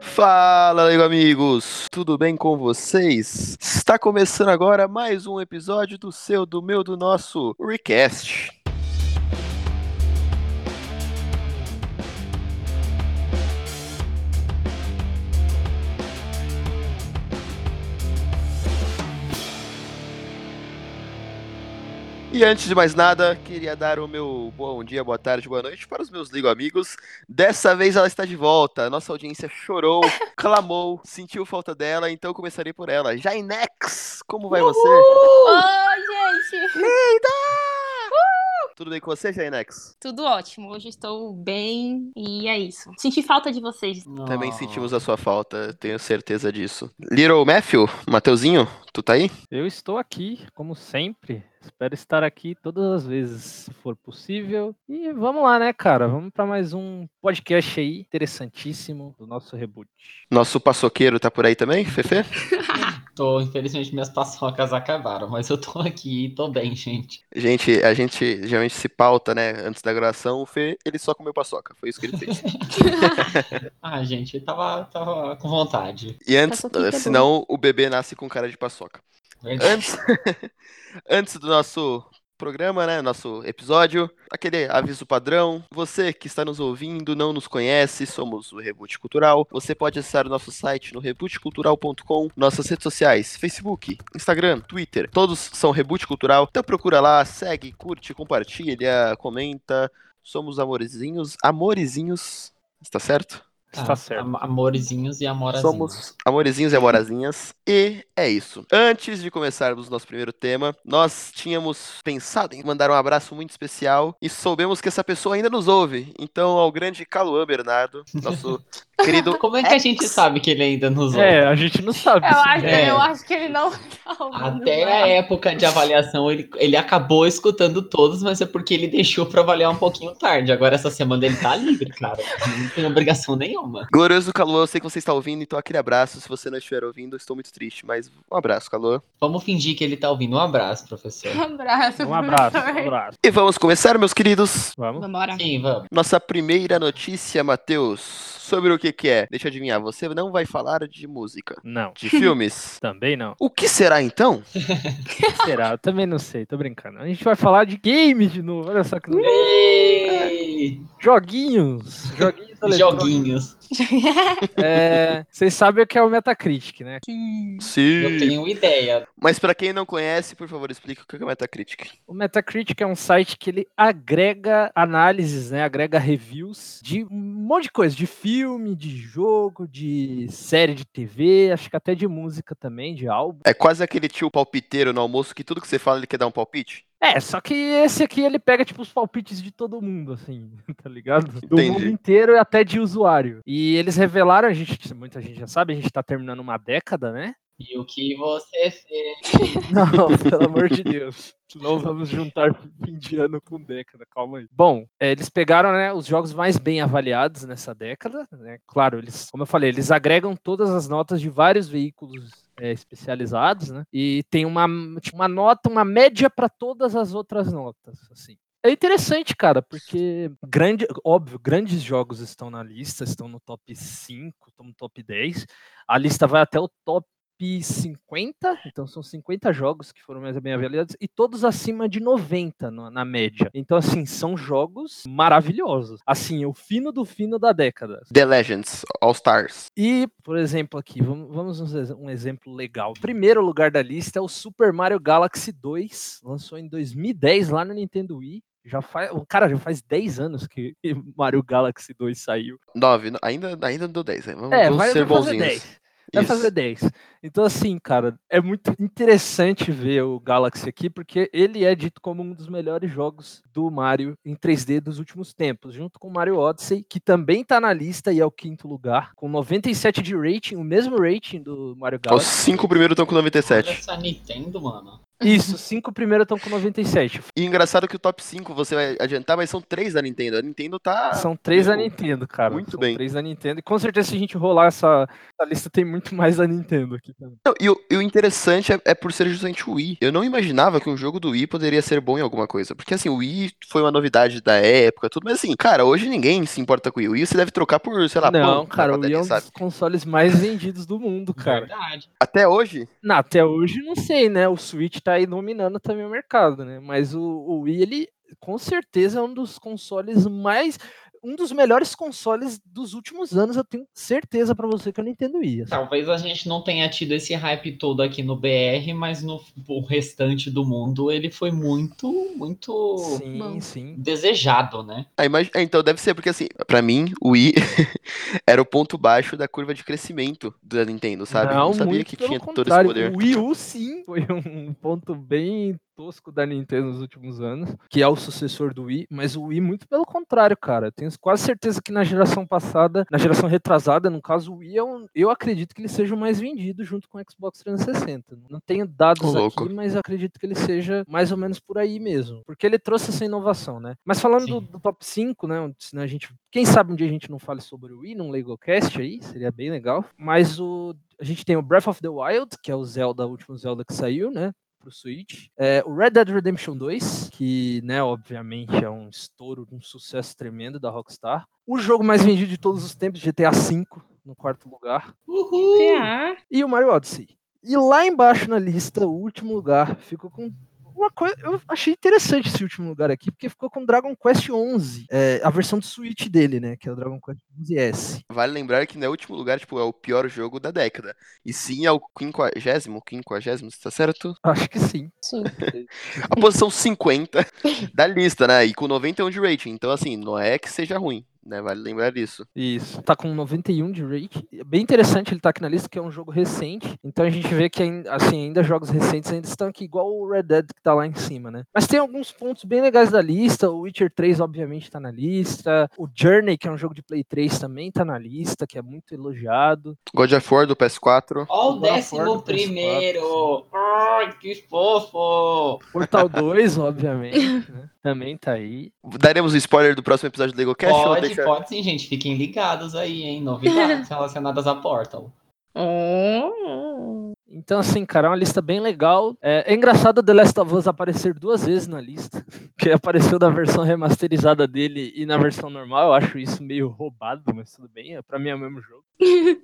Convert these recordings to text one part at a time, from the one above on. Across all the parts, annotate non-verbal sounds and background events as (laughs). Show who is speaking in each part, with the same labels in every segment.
Speaker 1: Fala, Lego amigos! Tudo bem com vocês? Está começando agora mais um episódio do seu, do meu, do nosso Recast. E antes de mais nada, queria dar o meu bom dia, boa tarde, boa noite para os meus Ligo amigos. Dessa vez ela está de volta. Nossa audiência chorou,
Speaker 2: (laughs)
Speaker 1: clamou, sentiu falta dela, então começarei por ela. Jainex, como vai você?
Speaker 2: Oi, gente!
Speaker 1: Tudo bem com você, Jainex?
Speaker 2: Tudo ótimo, hoje estou bem e é isso. Senti falta de vocês.
Speaker 1: Também
Speaker 3: Ah.
Speaker 1: sentimos a sua falta, tenho certeza disso. Little Matthew, Mateuzinho, tu tá aí?
Speaker 3: Eu estou aqui, como sempre. Espero estar aqui todas as vezes, se for possível. E vamos lá, né, cara? Vamos para mais um podcast aí, interessantíssimo, do nosso reboot.
Speaker 1: Nosso paçoqueiro tá por aí também, Fefe?
Speaker 4: Tô, infelizmente minhas paçocas acabaram, mas eu tô aqui e tô bem, gente.
Speaker 1: Gente, a gente geralmente se pauta, né? Antes da gravação, o Fê, ele só comeu paçoca. Foi isso que ele
Speaker 2: (laughs)
Speaker 1: fez.
Speaker 4: Ah, gente, eu tava, tava com vontade.
Speaker 1: E antes, eh,
Speaker 2: Paçoquinha é bom.
Speaker 1: senão o bebê nasce com cara de paçoca. Antes, (laughs) antes do nosso programa, né? Nosso episódio, aquele aviso padrão. Você que está nos ouvindo, não nos conhece, somos o Reboot Cultural. Você pode acessar o nosso site no rebootcultural.com, nossas redes sociais, Facebook, Instagram, Twitter, todos são Reboot Cultural. Então procura lá, segue, curte, compartilha, comenta. Somos amorezinhos, amorezinhos, está certo?
Speaker 4: Ah,
Speaker 3: Está Tá certo.
Speaker 4: am- Amorzinhos e amorazinhos.
Speaker 1: Somos amorezinhos e amorazinhas. E é isso. Antes de começarmos nosso primeiro tema, nós tínhamos pensado em mandar um abraço muito especial e soubemos que essa pessoa ainda nos ouve. Então, ao grande Caluan Bernardo,
Speaker 4: (laughs)
Speaker 1: nosso querido.
Speaker 4: Como é que a gente sabe que ele ainda nos ouve?
Speaker 3: É, a gente não sabe.
Speaker 2: Eu
Speaker 3: se-
Speaker 2: acho,
Speaker 4: É.
Speaker 2: eu acho que ele não tá ouvindo
Speaker 4: Até é. a
Speaker 2: mais.
Speaker 4: época de avaliação, ele, ele acabou escutando todos, mas é porque ele deixou pra avaliar um pouquinho tarde. Agora essa semana ele tá livre, cara. Não tem obrigação nenhuma.
Speaker 1: Glorioso Caluan, eu sei que você está ouvindo, então aquele abraço. Se você não estiver ouvindo, eu estou muito triste, mas um abraço, Caluan.
Speaker 4: Vamos fingir que ele tá ouvindo. Um abraço, professor.
Speaker 2: Um abraço.
Speaker 3: Um abraço,
Speaker 2: professor.
Speaker 3: um abraço.
Speaker 1: E vamos começar, meus queridos.
Speaker 3: Vamos.
Speaker 2: Vambora.
Speaker 4: Sim, vamos.
Speaker 1: Nossa primeira notícia, Matheus, sobre o que, que é? Deixa eu adivinhar, você não vai falar de música,
Speaker 3: Não,
Speaker 4: (laughs)
Speaker 1: de filmes.
Speaker 2: (laughs)
Speaker 3: também não.
Speaker 1: O que será então?
Speaker 3: Será? Eu também não sei, tô brincando. A gente vai falar de game de novo, olha só que legal.
Speaker 4: Ei,
Speaker 3: Joguinhos. Joguinhos eletrônicos.
Speaker 4: Joguinhos.
Speaker 3: É, Vocês sabem o que é o Metacritic, né?
Speaker 4: Eu
Speaker 1: Sim.
Speaker 4: tenho ideia.
Speaker 1: Mas pra quem não conhece, por favor, explica o que é o Metacritic.
Speaker 3: O Metacritic é um site que ele agrega análises, né? Agrega reviews de um monte de coisa, de filme, de jogo, de série de TV, acho que até de música também, de álbum.
Speaker 1: É quase aquele tio palpiteiro no almoço que tudo que você fala ele quer dar um palpite.
Speaker 3: É, só que esse aqui ele pega tipo os palpites de todo mundo, assim, (laughs) tá ligado? Do
Speaker 1: Entendi.
Speaker 3: mundo inteiro e até de usuário. E eles revelaram, a gente, muita gente já sabe, a gente tá terminando uma década, né?
Speaker 4: E o que você
Speaker 3: (laughs)
Speaker 4: fez?
Speaker 3: Não, pelo amor de Deus. Não vamos juntar fim de ano com década, calma aí. Bom, eh, eles pegaram né, os jogos mais bem avaliados nessa década, né? Claro, eles, como eu falei, eles agregam todas as notas de vários veículos eh, especializados, né? E tem uma, tipo, uma nota, uma média para todas as outras notas, assim. É interessante, cara, porque grande, óbvio, grandes jogos estão na lista, estão no top 5, estão no top 10. A lista vai até o top 50, então são 50 jogos que foram mais bem avaliados e todos acima de 90 no- na média. Então assim, são jogos maravilhosos. Assim, é o fino do fino da década.
Speaker 1: The Legends, All Stars.
Speaker 3: E, por exemplo, aqui, vamos, vamos nos ex- um exemplo legal. Primeiro lugar da lista é o Super Mario Galaxy 2, lançou em 2010 lá no Nintendo Wii. Já faz, cara, já faz 10 anos que (laughs) Mario Galaxy 2 saiu.
Speaker 1: 9, ainda, ainda não deu 10, né? Vamos,
Speaker 3: É,
Speaker 1: vamos
Speaker 3: vai,
Speaker 1: ser
Speaker 3: vai fazer
Speaker 1: bonzinhos.
Speaker 3: 10. Vai
Speaker 1: Isso.
Speaker 3: fazer 10. Então, assim, cara, é muito interessante ver o Galaxy aqui, porque ele é dito como um dos melhores jogos do Mario em 3D dos últimos tempos, junto com o Mario Odyssey, que também tá na lista e é o quinto lugar, com 97 de rating, o mesmo rating do Mario
Speaker 1: Os
Speaker 3: Galaxy.
Speaker 1: cinco primeiros estão com
Speaker 4: Olha
Speaker 1: 97.
Speaker 4: Essa Nintendo, mano.
Speaker 3: Isso, os cinco primeiros estão com 97.
Speaker 1: E engraçado que o top 5 você vai adiantar, mas são três da Nintendo. A Nintendo tá.
Speaker 3: São três da
Speaker 1: Meu,
Speaker 3: Nintendo, cara.
Speaker 1: muito
Speaker 3: São
Speaker 1: bem.
Speaker 3: Três da Nintendo. E com certeza, se a gente rolar essa, essa lista, tem muito mais da Nintendo aqui também.
Speaker 1: Não, e, o, e o interessante é, é por ser justamente o Wii. Eu não imaginava que um jogo do Wii poderia ser bom em alguma coisa. Porque assim, o Wii foi uma novidade da época, tudo, mas assim, cara, hoje ninguém se importa com o Wii. O Wii você deve trocar por, sei lá,
Speaker 3: Não,
Speaker 1: pão,
Speaker 3: cara,
Speaker 1: na
Speaker 3: o Wii
Speaker 1: padaria,
Speaker 3: é um dos
Speaker 1: sabe?
Speaker 3: consoles mais vendidos do mundo, cara.
Speaker 4: Verdade.
Speaker 1: Até hoje,
Speaker 3: Não, até hoje não sei, né? O Switch tá aí dominando também o mercado, né? Mas o, o Wii, ele com certeza é um dos consoles mais. Um dos melhores consoles dos últimos anos, eu tenho certeza pra você que eu não entendo Wii. assim.
Speaker 4: Talvez a gente não tenha tido esse hype todo aqui no BR, mas no o restante do mundo ele foi muito, muito
Speaker 3: Sim,
Speaker 2: Bom.
Speaker 3: sim.
Speaker 4: desejado, né?
Speaker 1: Ah, imag- é, então deve ser, porque assim, pra mim, o Wii (laughs) era o ponto baixo da curva de crescimento da Nintendo, sabe? Eu não sabia
Speaker 3: muito
Speaker 1: que
Speaker 3: pelo
Speaker 1: tinha todo esse
Speaker 3: contrário.
Speaker 1: poder.
Speaker 3: O Wii U, sim, foi um ponto bem tosco da Nintendo nos últimos anos, que é o sucessor do Wii, mas o Wii muito pelo contrário, cara. Eu tenho quase certeza que na geração passada, na geração retrasada, no caso, o Wii, é um- eu acredito que ele seja o mais vendido junto com o Xbox 360. Não tenho dados
Speaker 1: Ô,
Speaker 3: aqui,
Speaker 1: louco.
Speaker 3: mas eu acredito que ele seja mais ou menos por aí mesmo, porque ele trouxe essa inovação, né? Mas falando do,
Speaker 4: Sim.
Speaker 3: do top 5, né, onde senão a gente, quem sabe um dia a gente não fale sobre o Wii num LegoCast aí, seria bem legal. Mas o a gente tem o Breath of the Wild, que é o Zelda, o último Zelda que saiu, né? Pro Switch. É, o Red Dead Redemption 2, que, né, obviamente é um estouro, um sucesso tremendo da Rockstar. O jogo mais vendido de todos os tempos, GTA V, no quarto lugar
Speaker 4: Uhul!
Speaker 2: GTA.
Speaker 3: e o Mario Odyssey. E lá embaixo na lista, o último lugar, ficou com uma coisa. Eu achei interessante esse último lugar aqui, porque ficou com Dragon Quest 11, é, a versão do Switch dele, né? Que é o Dragon Quest 11S.
Speaker 1: Vale lembrar que não é o último lugar, tipo, é o pior jogo da década. E sim é o quinquagésimo, quinquagésimo, se tá certo?
Speaker 3: Acho que sim.
Speaker 1: A
Speaker 2: Sim.
Speaker 3: (laughs)
Speaker 1: posição 50 da lista, né? E com 91 de rating. Então, assim, não é que seja ruim, né? Vale lembrar disso.
Speaker 3: Isso. Tá com 91 de rate. É Bem interessante ele tá aqui na lista, que é um jogo recente. Então a gente vê que ain- assim, ainda jogos recentes ainda estão aqui, igual o Red Dead que tá lá em cima, né? Mas tem alguns pontos bem legais da lista. O Witcher 3, obviamente, tá na lista. O Journey, que é um jogo de Play 3, também tá na lista, que é muito elogiado.
Speaker 1: God of War do PS4.
Speaker 4: Ó, o
Speaker 3: Agora fora
Speaker 4: décimo
Speaker 3: do PS4,
Speaker 4: primeiro! Ai, que fofo!
Speaker 3: Portal 2, obviamente, né? Também tá aí.
Speaker 1: Daremos o spoiler do próximo episódio do LegoCast ou
Speaker 4: Pode,
Speaker 1: deixa...
Speaker 4: pode sim, gente. Fiquem ligados aí, hein? Novidades relacionadas a Portal.
Speaker 2: Oh.
Speaker 3: Então, assim, cara, é uma lista bem legal. É, é engraçado The Last of Us aparecer duas vezes na lista. (laughs) Que apareceu na versão remasterizada dele e na versão normal. Eu acho isso meio roubado, mas tudo bem. É, pra mim é o mesmo jogo.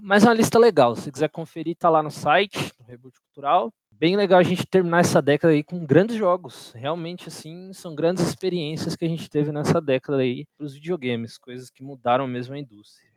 Speaker 3: mas é uma lista legal. Se quiser conferir, tá lá no site, no Reboot Cultural. Bem legal a gente terminar essa década aí com grandes jogos. Realmente, assim, são grandes experiências que a gente teve nessa década aí pros videogames. Coisas que mudaram mesmo a indústria.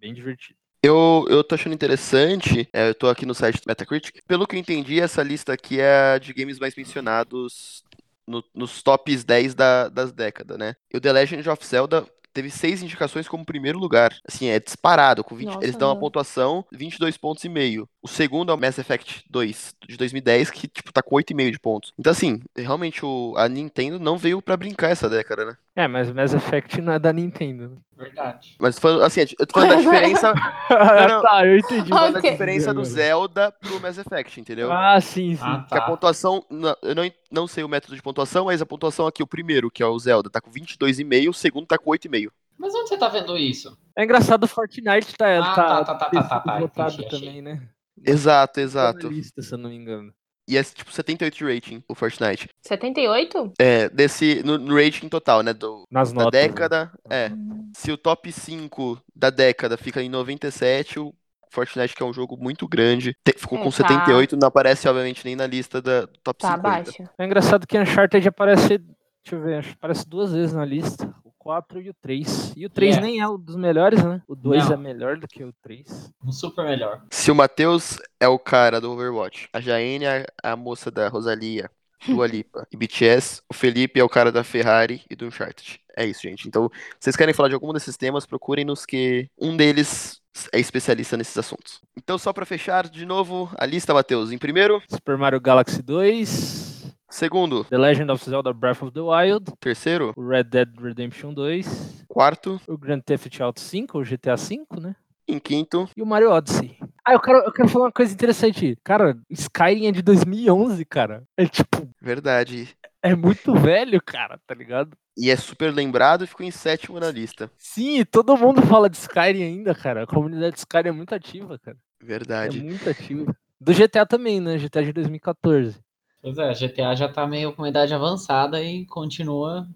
Speaker 3: Bem divertido.
Speaker 1: Eu, eu tô achando interessante, é, eu tô aqui no site do Metacritic. Pelo que eu entendi, essa lista aqui é a de games mais mencionados no- nos tops 10 da, das décadas, né? E o The Legend of Zelda teve seis indicações como primeiro lugar. Assim, é disparado, com 20
Speaker 2: Nossa,
Speaker 1: eles dão uma
Speaker 2: mano.
Speaker 1: pontuação 22 pontos e meio. O segundo é o Mass Effect 2 de 2010, que tipo tá com 8,5 de pontos. Então assim, realmente o, a Nintendo não veio pra brincar essa década, né?
Speaker 3: É, mas o Mass Effect não é da Nintendo, né?
Speaker 4: Verdade.
Speaker 1: Mas falando- assim, eu tô falando da diferença,
Speaker 3: (laughs)
Speaker 1: não.
Speaker 3: tá, eu entendi.
Speaker 1: falando da
Speaker 2: Ok.
Speaker 1: diferença do
Speaker 3: Agora.
Speaker 1: Zelda pro Mass Effect, entendeu?
Speaker 3: Ah, sim, sim.
Speaker 4: Ah,
Speaker 1: Que a
Speaker 4: tá.
Speaker 1: pontuação, na- eu não, en- não sei o método de pontuação, mas a pontuação aqui, o primeiro, que é o Zelda, tá com 22,5, o segundo tá com 8,5.
Speaker 4: Mas onde você tá vendo isso?
Speaker 3: É engraçado o Fortnite tá,
Speaker 4: Ah,
Speaker 3: tá,
Speaker 4: tá, tá, tá,
Speaker 3: ter
Speaker 4: tá, tá, tá.
Speaker 3: sido votado
Speaker 4: Achei, achei.
Speaker 3: também, né?
Speaker 1: Exato,
Speaker 3: Tá na
Speaker 1: exato.
Speaker 3: Lista, se eu não me engano.
Speaker 1: E é tipo 78 de rating, o Fortnite.
Speaker 2: 78?
Speaker 1: É, desse, no, no rating total, né, do,
Speaker 3: Nas
Speaker 1: da
Speaker 3: notas.
Speaker 1: década, é.
Speaker 2: Uhum.
Speaker 1: Se o top 5 da década fica em 97, o Fortnite, que é um jogo muito grande, te- ficou
Speaker 2: É,
Speaker 1: com
Speaker 2: tá.
Speaker 1: 78, não aparece, obviamente, nem na lista da top 50.
Speaker 2: Tá abaixo.
Speaker 3: É engraçado que Uncharted aparece. Deixa eu ver, acho que aparece duas vezes na lista. O 4 e o 3. E o 3
Speaker 4: Yeah.
Speaker 3: nem é um dos melhores, né? O 2
Speaker 4: Não.
Speaker 3: é melhor do que o 3.
Speaker 4: Um super melhor.
Speaker 1: Se o Matheus é o cara do Overwatch, a Jaene é a moça da Rosalia, do Alipa e BTS, o Felipe é o cara da Ferrari e do Uncharted. É isso, gente. Então, vocês querem falar de algum desses temas, procurem-nos que um deles é especialista nesses assuntos. Então, só pra fechar de novo a lista, Matheus, em primeiro,
Speaker 3: Super Mario Galaxy 2.
Speaker 1: segundo,
Speaker 3: The Legend of Zelda Breath of the Wild.
Speaker 1: terceiro,
Speaker 3: O Red Dead Redemption 2.
Speaker 1: quarto,
Speaker 3: O Grand Theft Auto 5, o GTA 5, né?
Speaker 1: em quinto,
Speaker 3: E o Mario Odyssey. Ah, eu quero, eu quero falar uma coisa interessante. Cara, Skyrim é de 2011, cara. É tipo,
Speaker 1: Verdade.
Speaker 3: é muito velho, cara, tá ligado?
Speaker 1: E é super lembrado e ficou em sétimo na lista.
Speaker 3: Sim, e todo mundo fala de Skyrim ainda, cara. A comunidade de Skyrim é muito ativa, cara. É
Speaker 1: Verdade.
Speaker 3: muito ativa. Do GTA também, né? GTA de 2014.
Speaker 4: Pois é, GTA já tá meio com idade avançada e continua.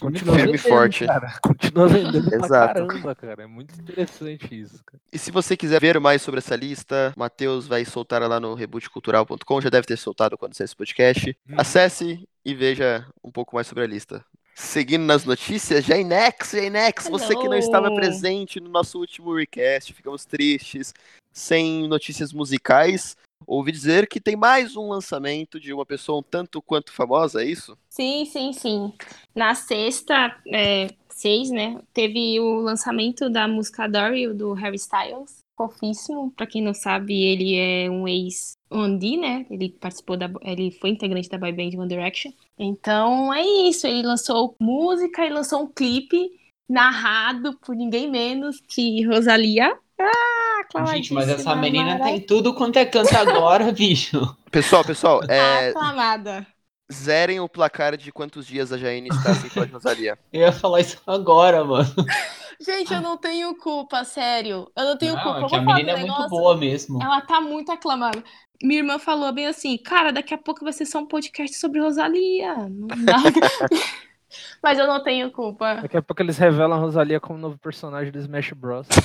Speaker 3: Continua
Speaker 1: Firme e
Speaker 3: vendendo,
Speaker 1: forte.
Speaker 3: Cara. Continua vendendo pra
Speaker 1: Exato.
Speaker 3: caramba, cara. É muito interessante isso, cara.
Speaker 1: E se você quiser ver mais sobre essa lista, o Matheus vai soltar lá no rebootcultural.com, já deve ter soltado quando sair esse podcast.
Speaker 3: Hum.
Speaker 1: Acesse e veja um pouco mais sobre a lista. Seguindo nas notícias, é Jainex, Jainex, você que não estava
Speaker 2: Hello.
Speaker 1: presente no nosso último recast, ficamos tristes, sem notícias musicais. Ouvi dizer que tem mais um lançamento de uma pessoa um tanto quanto famosa, é isso?
Speaker 2: Sim, sim, sim. Na sexta, é, seis, né? Teve o lançamento da música Daryl do Harry Styles. Fofíssimo. Pra quem não sabe, ele é um ex Ondi, né? Ele participou da. Ele foi integrante da boy band One Direction. Então é isso. Ele lançou música e lançou um clipe narrado por ninguém menos que Rosalia. Ah,
Speaker 4: Gente, mas essa
Speaker 2: aclamadíssima,
Speaker 4: menina
Speaker 2: mara-
Speaker 4: tem tudo quanto é canto agora, (laughs) bicho.
Speaker 1: Pessoal, pessoal,
Speaker 2: Ah.
Speaker 1: é,
Speaker 2: Aclamada.
Speaker 1: zerem o placar de quantos dias a Jaine está sem Cláudia Rosalia.
Speaker 4: Eu ia falar isso agora, mano.
Speaker 2: Gente, eu não tenho culpa, sério. Eu não tenho culpa.
Speaker 4: Ah.
Speaker 2: Eu
Speaker 4: Não, é que a
Speaker 2: vou falar
Speaker 4: menina é
Speaker 2: do
Speaker 4: muito
Speaker 2: negócio.
Speaker 4: boa mesmo.
Speaker 2: Ela tá muito aclamada. Minha irmã falou bem assim, cara, daqui a pouco vai ser só um podcast sobre Rosalia. Não dá. (laughs) Mas eu não tenho culpa.
Speaker 3: Daqui a pouco eles revelam a Rosalia como novo personagem do Smash Bros.
Speaker 1: (laughs)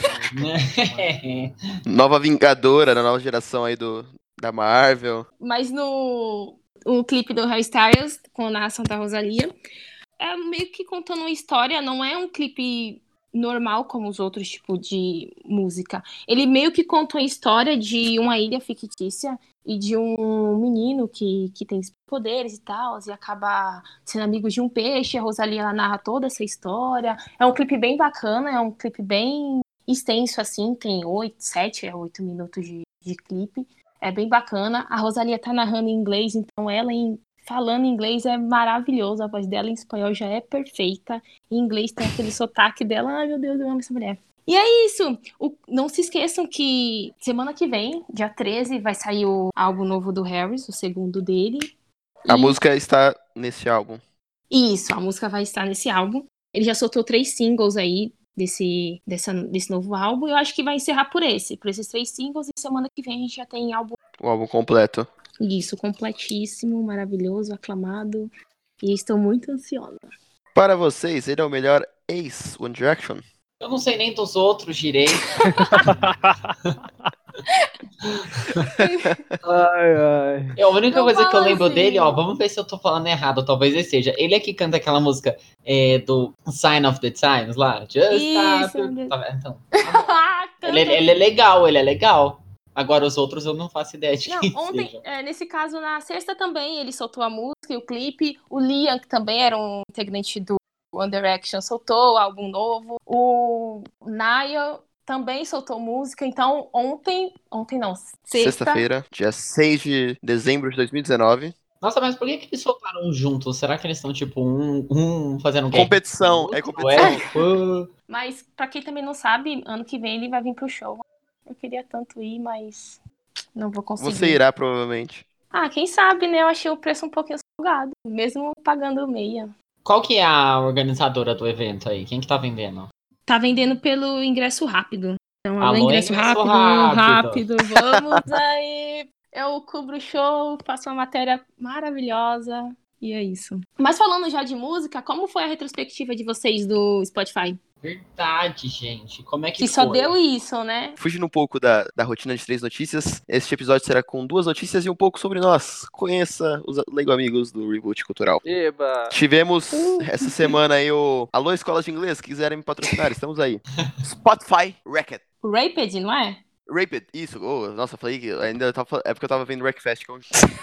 Speaker 4: É.
Speaker 1: Nova Vingadora, da nova geração aí do, da Marvel.
Speaker 2: Mas no o clipe do Harry Styles, com a narração da Rosalia, é meio que contando uma história, não é um clipe normal como os outros, tipo, de música. Ele meio que conta uma história de uma ilha fictícia e de um menino que, que tem poderes e tal, e acaba sendo amigo de um peixe. A Rosalia ela narra toda essa história. É um clipe bem bacana, é um clipe bem extenso, assim, tem oito, sete a oito minutos de, de clipe. É bem bacana. A Rosalia tá narrando em inglês, então ela em- falando inglês é maravilhoso. A voz dela em espanhol já é perfeita. Em inglês tem aquele sotaque dela. Ai, meu Deus, eu amo essa mulher. E é isso. O- não se esqueçam que semana que vem, dia 13, vai sair o álbum novo do Harris, o segundo dele.
Speaker 1: A
Speaker 2: E-
Speaker 1: música está nesse álbum.
Speaker 2: isso, a música vai estar nesse álbum. Ele já soltou três singles aí desse, dessa- desse novo álbum. Eu acho que vai encerrar por esse, por esses três singles. E semana que vem a gente já tem álbum.
Speaker 1: O álbum completo.
Speaker 2: Isso, completíssimo, maravilhoso, aclamado. E estou muito ansiosa. (laughs)
Speaker 1: Para vocês, ele é o melhor Ace One Direction?
Speaker 4: Eu não sei nem dos outros direito.
Speaker 3: ai, ai.
Speaker 4: É a única
Speaker 2: Não
Speaker 4: coisa que eu
Speaker 2: fala
Speaker 4: lembro
Speaker 2: assim.
Speaker 4: dele, ó. Vamos ver se eu tô falando errado, talvez ele seja. Ele é que canta aquela música é, do Sign of the Times lá. Just
Speaker 2: Isso,
Speaker 4: after- tá vendo? Então,
Speaker 2: Ah,
Speaker 4: ele, ele é legal, ele é legal. Agora os outros eu não faço ideia
Speaker 1: (laughs)
Speaker 4: de quem
Speaker 2: Não, ontem,
Speaker 4: seja.
Speaker 2: é, nesse caso, na sexta também, ele soltou a música e o clipe. O Liam, que também era um integrante do One Direction, soltou álbum novo. O Niall também soltou música. Então, ontem, ontem não, sexta,
Speaker 1: Sexta-feira, dia 6 de dezembro de 2019.
Speaker 4: Nossa, mas por que, que eles soltaram juntos? Será que eles estão, tipo, um, um fazendo gay?
Speaker 1: Competição, é competição.
Speaker 2: Mas pra quem também não sabe, ano que vem ele vai vir pro show. Eu queria tanto ir, mas não vou conseguir.
Speaker 1: Você irá, provavelmente.
Speaker 2: Ah, quem sabe, né? Eu achei o preço um pouquinho salgado, mesmo pagando meia.
Speaker 4: Qual que é a organizadora do evento aí? Quem que tá vendendo?
Speaker 2: Tá vendendo pelo ingresso rápido. Então,
Speaker 4: Alô,
Speaker 2: alô, ingresso,
Speaker 4: ingresso
Speaker 2: rápido,
Speaker 4: rápido. (laughs)
Speaker 2: rápido, vamos aí. Eu cubro o show, faço uma matéria maravilhosa. E é isso. Mas falando já de música, como foi a retrospectiva de vocês do Spotify?
Speaker 4: Verdade, gente. Como é que
Speaker 2: Que
Speaker 4: foi?
Speaker 2: só deu isso, né?
Speaker 1: Fugindo um pouco da, da rotina de três notícias, este episódio será com duas notícias e um pouco sobre nós. Conheça os Lego Amigos do Reboot Cultural.
Speaker 3: Eba.
Speaker 1: Tivemos
Speaker 2: Uh.
Speaker 1: essa semana aí o Alô Escolas de Inglês, que quiserem me patrocinar, estamos aí. Spotify Racket.
Speaker 2: O Rapid, não é?
Speaker 4: (laughs)
Speaker 1: Rapid, isso. Oh, nossa, eu falei que ainda eu tava, fal- é porque eu tava vendo Wreckfest. que eu-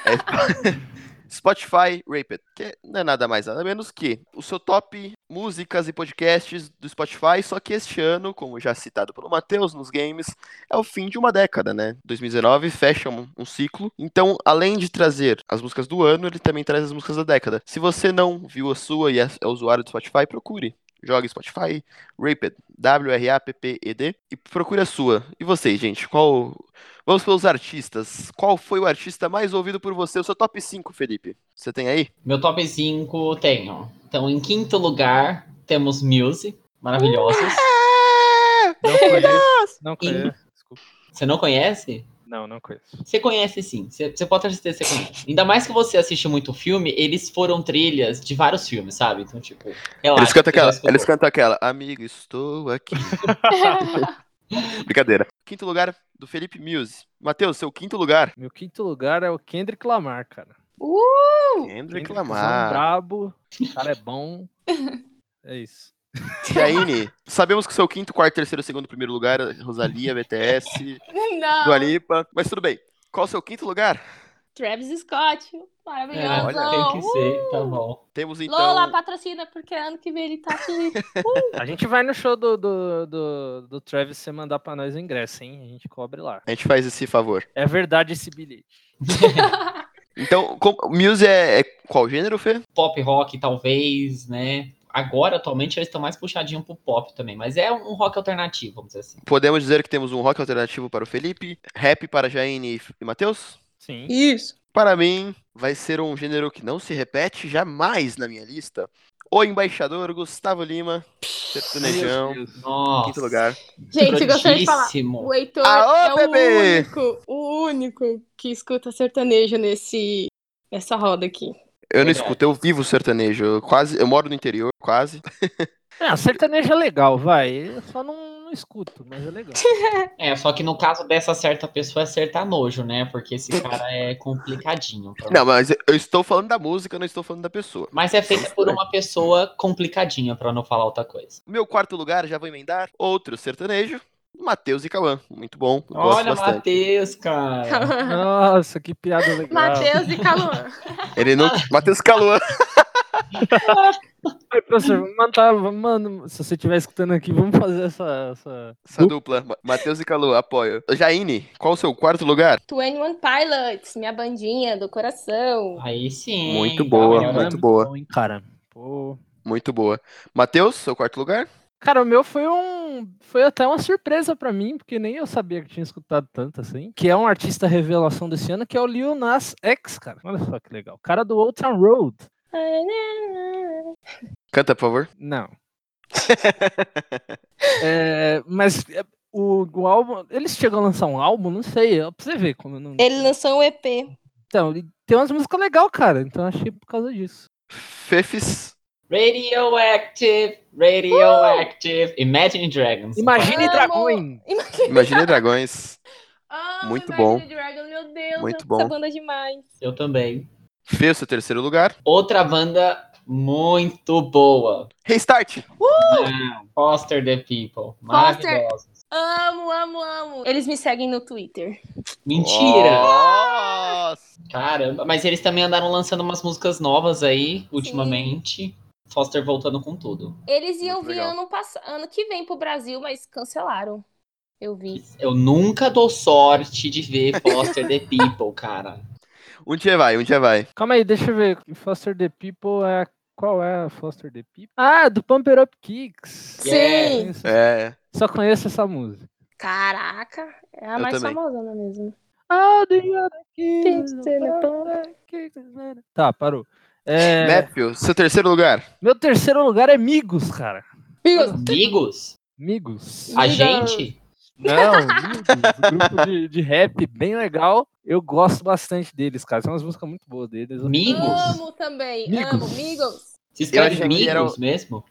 Speaker 1: É, Spotify Rapid, que não é nada mais, nada menos que o seu top músicas e podcasts do Spotify, só que este ano, como já citado pelo Matheus nos games, é o fim de uma década, né? 2019 fecha um, um ciclo. Então, além de trazer as músicas do ano, ele também traz as músicas da década. Se você não viu a sua e é é usuário do Spotify, procure. Jogue Spotify, Rapid, W-R-A-P-P-E-D, e procure a sua. E vocês, gente? Qual. Vamos pelos artistas. Qual foi o artista mais ouvido por você? O seu top 5, Felipe. Você tem aí?
Speaker 4: Meu top 5 tenho. Então, em quinto lugar, temos Muse, maravilhosos.
Speaker 2: Uh!
Speaker 3: Não conheço. Não conheço. Desculpa.
Speaker 4: Você não conhece?
Speaker 3: Não, não conheço.
Speaker 4: Você conhece sim, você, você pode ter certeza que você conhece. Ainda mais que você assiste muito filme, eles foram trilhas de vários filmes, sabe? Então, tipo, relaxa.
Speaker 1: Eles cantam
Speaker 4: você já
Speaker 1: aquela,
Speaker 4: escutou.
Speaker 1: eles cantam aquela. Amigo, estou aqui.
Speaker 2: Uh,
Speaker 1: Brincadeira. Quinto lugar do Felipe Muse. Matheus, seu quinto lugar.
Speaker 3: Meu quinto lugar é o Kendrick Lamar, cara.
Speaker 2: Uh,
Speaker 1: Kendrick
Speaker 3: Lamar.
Speaker 1: Lamar.
Speaker 3: brabo, o cara é
Speaker 1: (laughs)
Speaker 3: bom. É isso.
Speaker 1: Jaine, sabemos que seu quinto, quarto, terceiro, segundo, primeiro lugar, é Rosalia, BTS,
Speaker 2: não.
Speaker 1: Dua Lipa, mas tudo bem. Qual o seu quinto lugar?
Speaker 2: Travis Scott.
Speaker 4: É,
Speaker 2: Maravilhoso. Uh,
Speaker 1: Olha,
Speaker 4: tem que ser, tá bom.
Speaker 1: Temos então.
Speaker 2: Lola, patrocina, porque ano que vem ele tá
Speaker 4: (laughs)
Speaker 2: aqui.
Speaker 3: A gente vai no show do, do, do, do Travis você mandar pra nós o ingresso, hein? A gente cobre lá.
Speaker 1: A gente faz esse favor.
Speaker 3: É verdade esse bilhete.
Speaker 1: Então, com... Muse é... é qual gênero, Fê?
Speaker 4: Pop rock, talvez, né? Agora, atualmente, eles estão mais puxadinho pro pop também, mas é um rock alternativo, vamos dizer assim.
Speaker 1: Podemos dizer que temos um rock alternativo para o Felipe, rap para Jaine e Matheus?
Speaker 3: Sim.
Speaker 2: Isso.
Speaker 1: Para mim, vai ser um gênero que não se repete jamais na minha lista. O embaixador Gustavo Lima, sertanejão,
Speaker 4: Nossa.
Speaker 1: quinto lugar.
Speaker 2: Gente, eu gostaria de falar.
Speaker 4: grandíssimo.
Speaker 2: O Heitor
Speaker 1: Aô,
Speaker 2: é o
Speaker 1: bebê!
Speaker 2: único, o único que escuta sertanejo nesse, nessa roda aqui.
Speaker 1: Eu não
Speaker 4: Verdade.
Speaker 1: escuto, eu vivo sertanejo. Eu quase, eu moro no interior, quase.
Speaker 3: Ah, sertanejo é legal, vai. Eu só não, não escuto, mas é legal.
Speaker 4: É, só que no caso dessa certa pessoa é sertanojo, né? Porque esse cara é complicadinho. pra
Speaker 1: Não, mas eu estou falando da música, eu não estou falando da pessoa.
Speaker 4: Mas é feita por uma pessoa complicadinha, pra não falar outra coisa.
Speaker 1: Meu quarto lugar, já vou emendar, outro sertanejo, Matheus e Cauã. Muito bom, eu gosto
Speaker 4: Olha,
Speaker 1: bastante.
Speaker 4: Matheus,
Speaker 2: (laughs)
Speaker 4: cara.
Speaker 3: Nossa, que piada legal.
Speaker 2: Matheus e (laughs) Caluan.
Speaker 1: Ele
Speaker 4: (laughs)
Speaker 1: não... Matheus Cauã.
Speaker 3: Ai, professor, vamos mandar- vamos- mano, se você estiver escutando aqui, vamos fazer essa. essa...
Speaker 1: Essa dupla, Ma- Matheus e Cauã, apoio. Jaine, qual o seu quarto lugar?
Speaker 2: 21 Pilots, minha bandinha do coração.
Speaker 4: Aí sim.
Speaker 1: Muito
Speaker 4: tá
Speaker 1: boa,
Speaker 4: melhorando.
Speaker 1: muito boa,
Speaker 3: Bom, hein, cara. Pô.
Speaker 1: muito boa. Matheus, seu quarto lugar?
Speaker 3: Cara, o meu foi um. Foi até uma surpresa pra mim, porque nem eu sabia que tinha escutado tanto assim. Que é um artista revelação desse ano, que é o Lil Nas X, cara. Olha só que legal. Cara do Old Town Road.
Speaker 2: né?
Speaker 1: Canta, por favor.
Speaker 3: Não. É, mas é, o, o álbum. Eles chegam a lançar um álbum, não sei. ó, Pra você ver como eu não.
Speaker 2: Ele lançou um EP.
Speaker 3: Então, e tem umas músicas legais, cara. Então achei por causa disso. (laughs)
Speaker 1: Fefes.
Speaker 4: Radioactive, radioactive. Imagine Dragons.
Speaker 3: Imagine
Speaker 2: Amo!
Speaker 3: Dragões.
Speaker 1: Imagine Dragões.
Speaker 2: Amo
Speaker 1: Muito
Speaker 2: Imagine
Speaker 1: bom.
Speaker 2: Dragon, meu Deus,
Speaker 1: Muito
Speaker 2: amo
Speaker 1: bom.
Speaker 2: essa banda é demais.
Speaker 4: Eu também.
Speaker 1: Fê, o seu terceiro lugar.
Speaker 4: Outra banda muito boa.
Speaker 1: Restart.
Speaker 4: Não, Foster the People.
Speaker 2: Foster.
Speaker 4: Maravilhosa.
Speaker 2: Amo, amo, amo. Eles me seguem no Twitter.
Speaker 4: Mentira.
Speaker 1: Nossa.
Speaker 4: Caramba. Mas eles também andaram lançando umas músicas novas aí, ultimamente. Foster voltando com tudo.
Speaker 2: Eles iam
Speaker 1: Muito
Speaker 2: vir
Speaker 1: legal.
Speaker 2: ano, pass... ano que vem pro Brasil, mas cancelaram. Eu vi.
Speaker 4: Eu nunca dou sorte de ver
Speaker 2: (laughs)
Speaker 4: Foster the People, cara.
Speaker 1: Um dia vai, um dia vai.
Speaker 3: Calma aí, deixa eu ver. Foster the People é. Qual é a Foster the People? Ah, do Pumper Up Kicks.
Speaker 4: Yeah.
Speaker 2: Sim!
Speaker 3: Conheço-
Speaker 1: É.
Speaker 3: Só conheço essa música.
Speaker 2: Caraca, é a
Speaker 1: Eu
Speaker 2: mais
Speaker 1: também.
Speaker 2: famosona mesmo.
Speaker 3: Ah, do you have
Speaker 2: Things to
Speaker 3: kids,
Speaker 2: the
Speaker 3: Pumper Up Kicks. Tá, parou. É,
Speaker 1: Matthew, seu terceiro lugar.
Speaker 3: meu terceiro lugar é Migos, cara.
Speaker 4: Amigos?
Speaker 3: Migos.
Speaker 4: A
Speaker 2: Amigos.
Speaker 4: gente?
Speaker 3: Não, Migos, um grupo de, de rap bem legal. Eu gosto bastante deles, cara. São umas músicas muito boas deles.
Speaker 4: Migos?
Speaker 2: Amo também,
Speaker 3: Migos.
Speaker 2: amo, amigos.
Speaker 4: Se escreve
Speaker 1: achei que era
Speaker 4: amigos
Speaker 1: o-
Speaker 4: mesmo?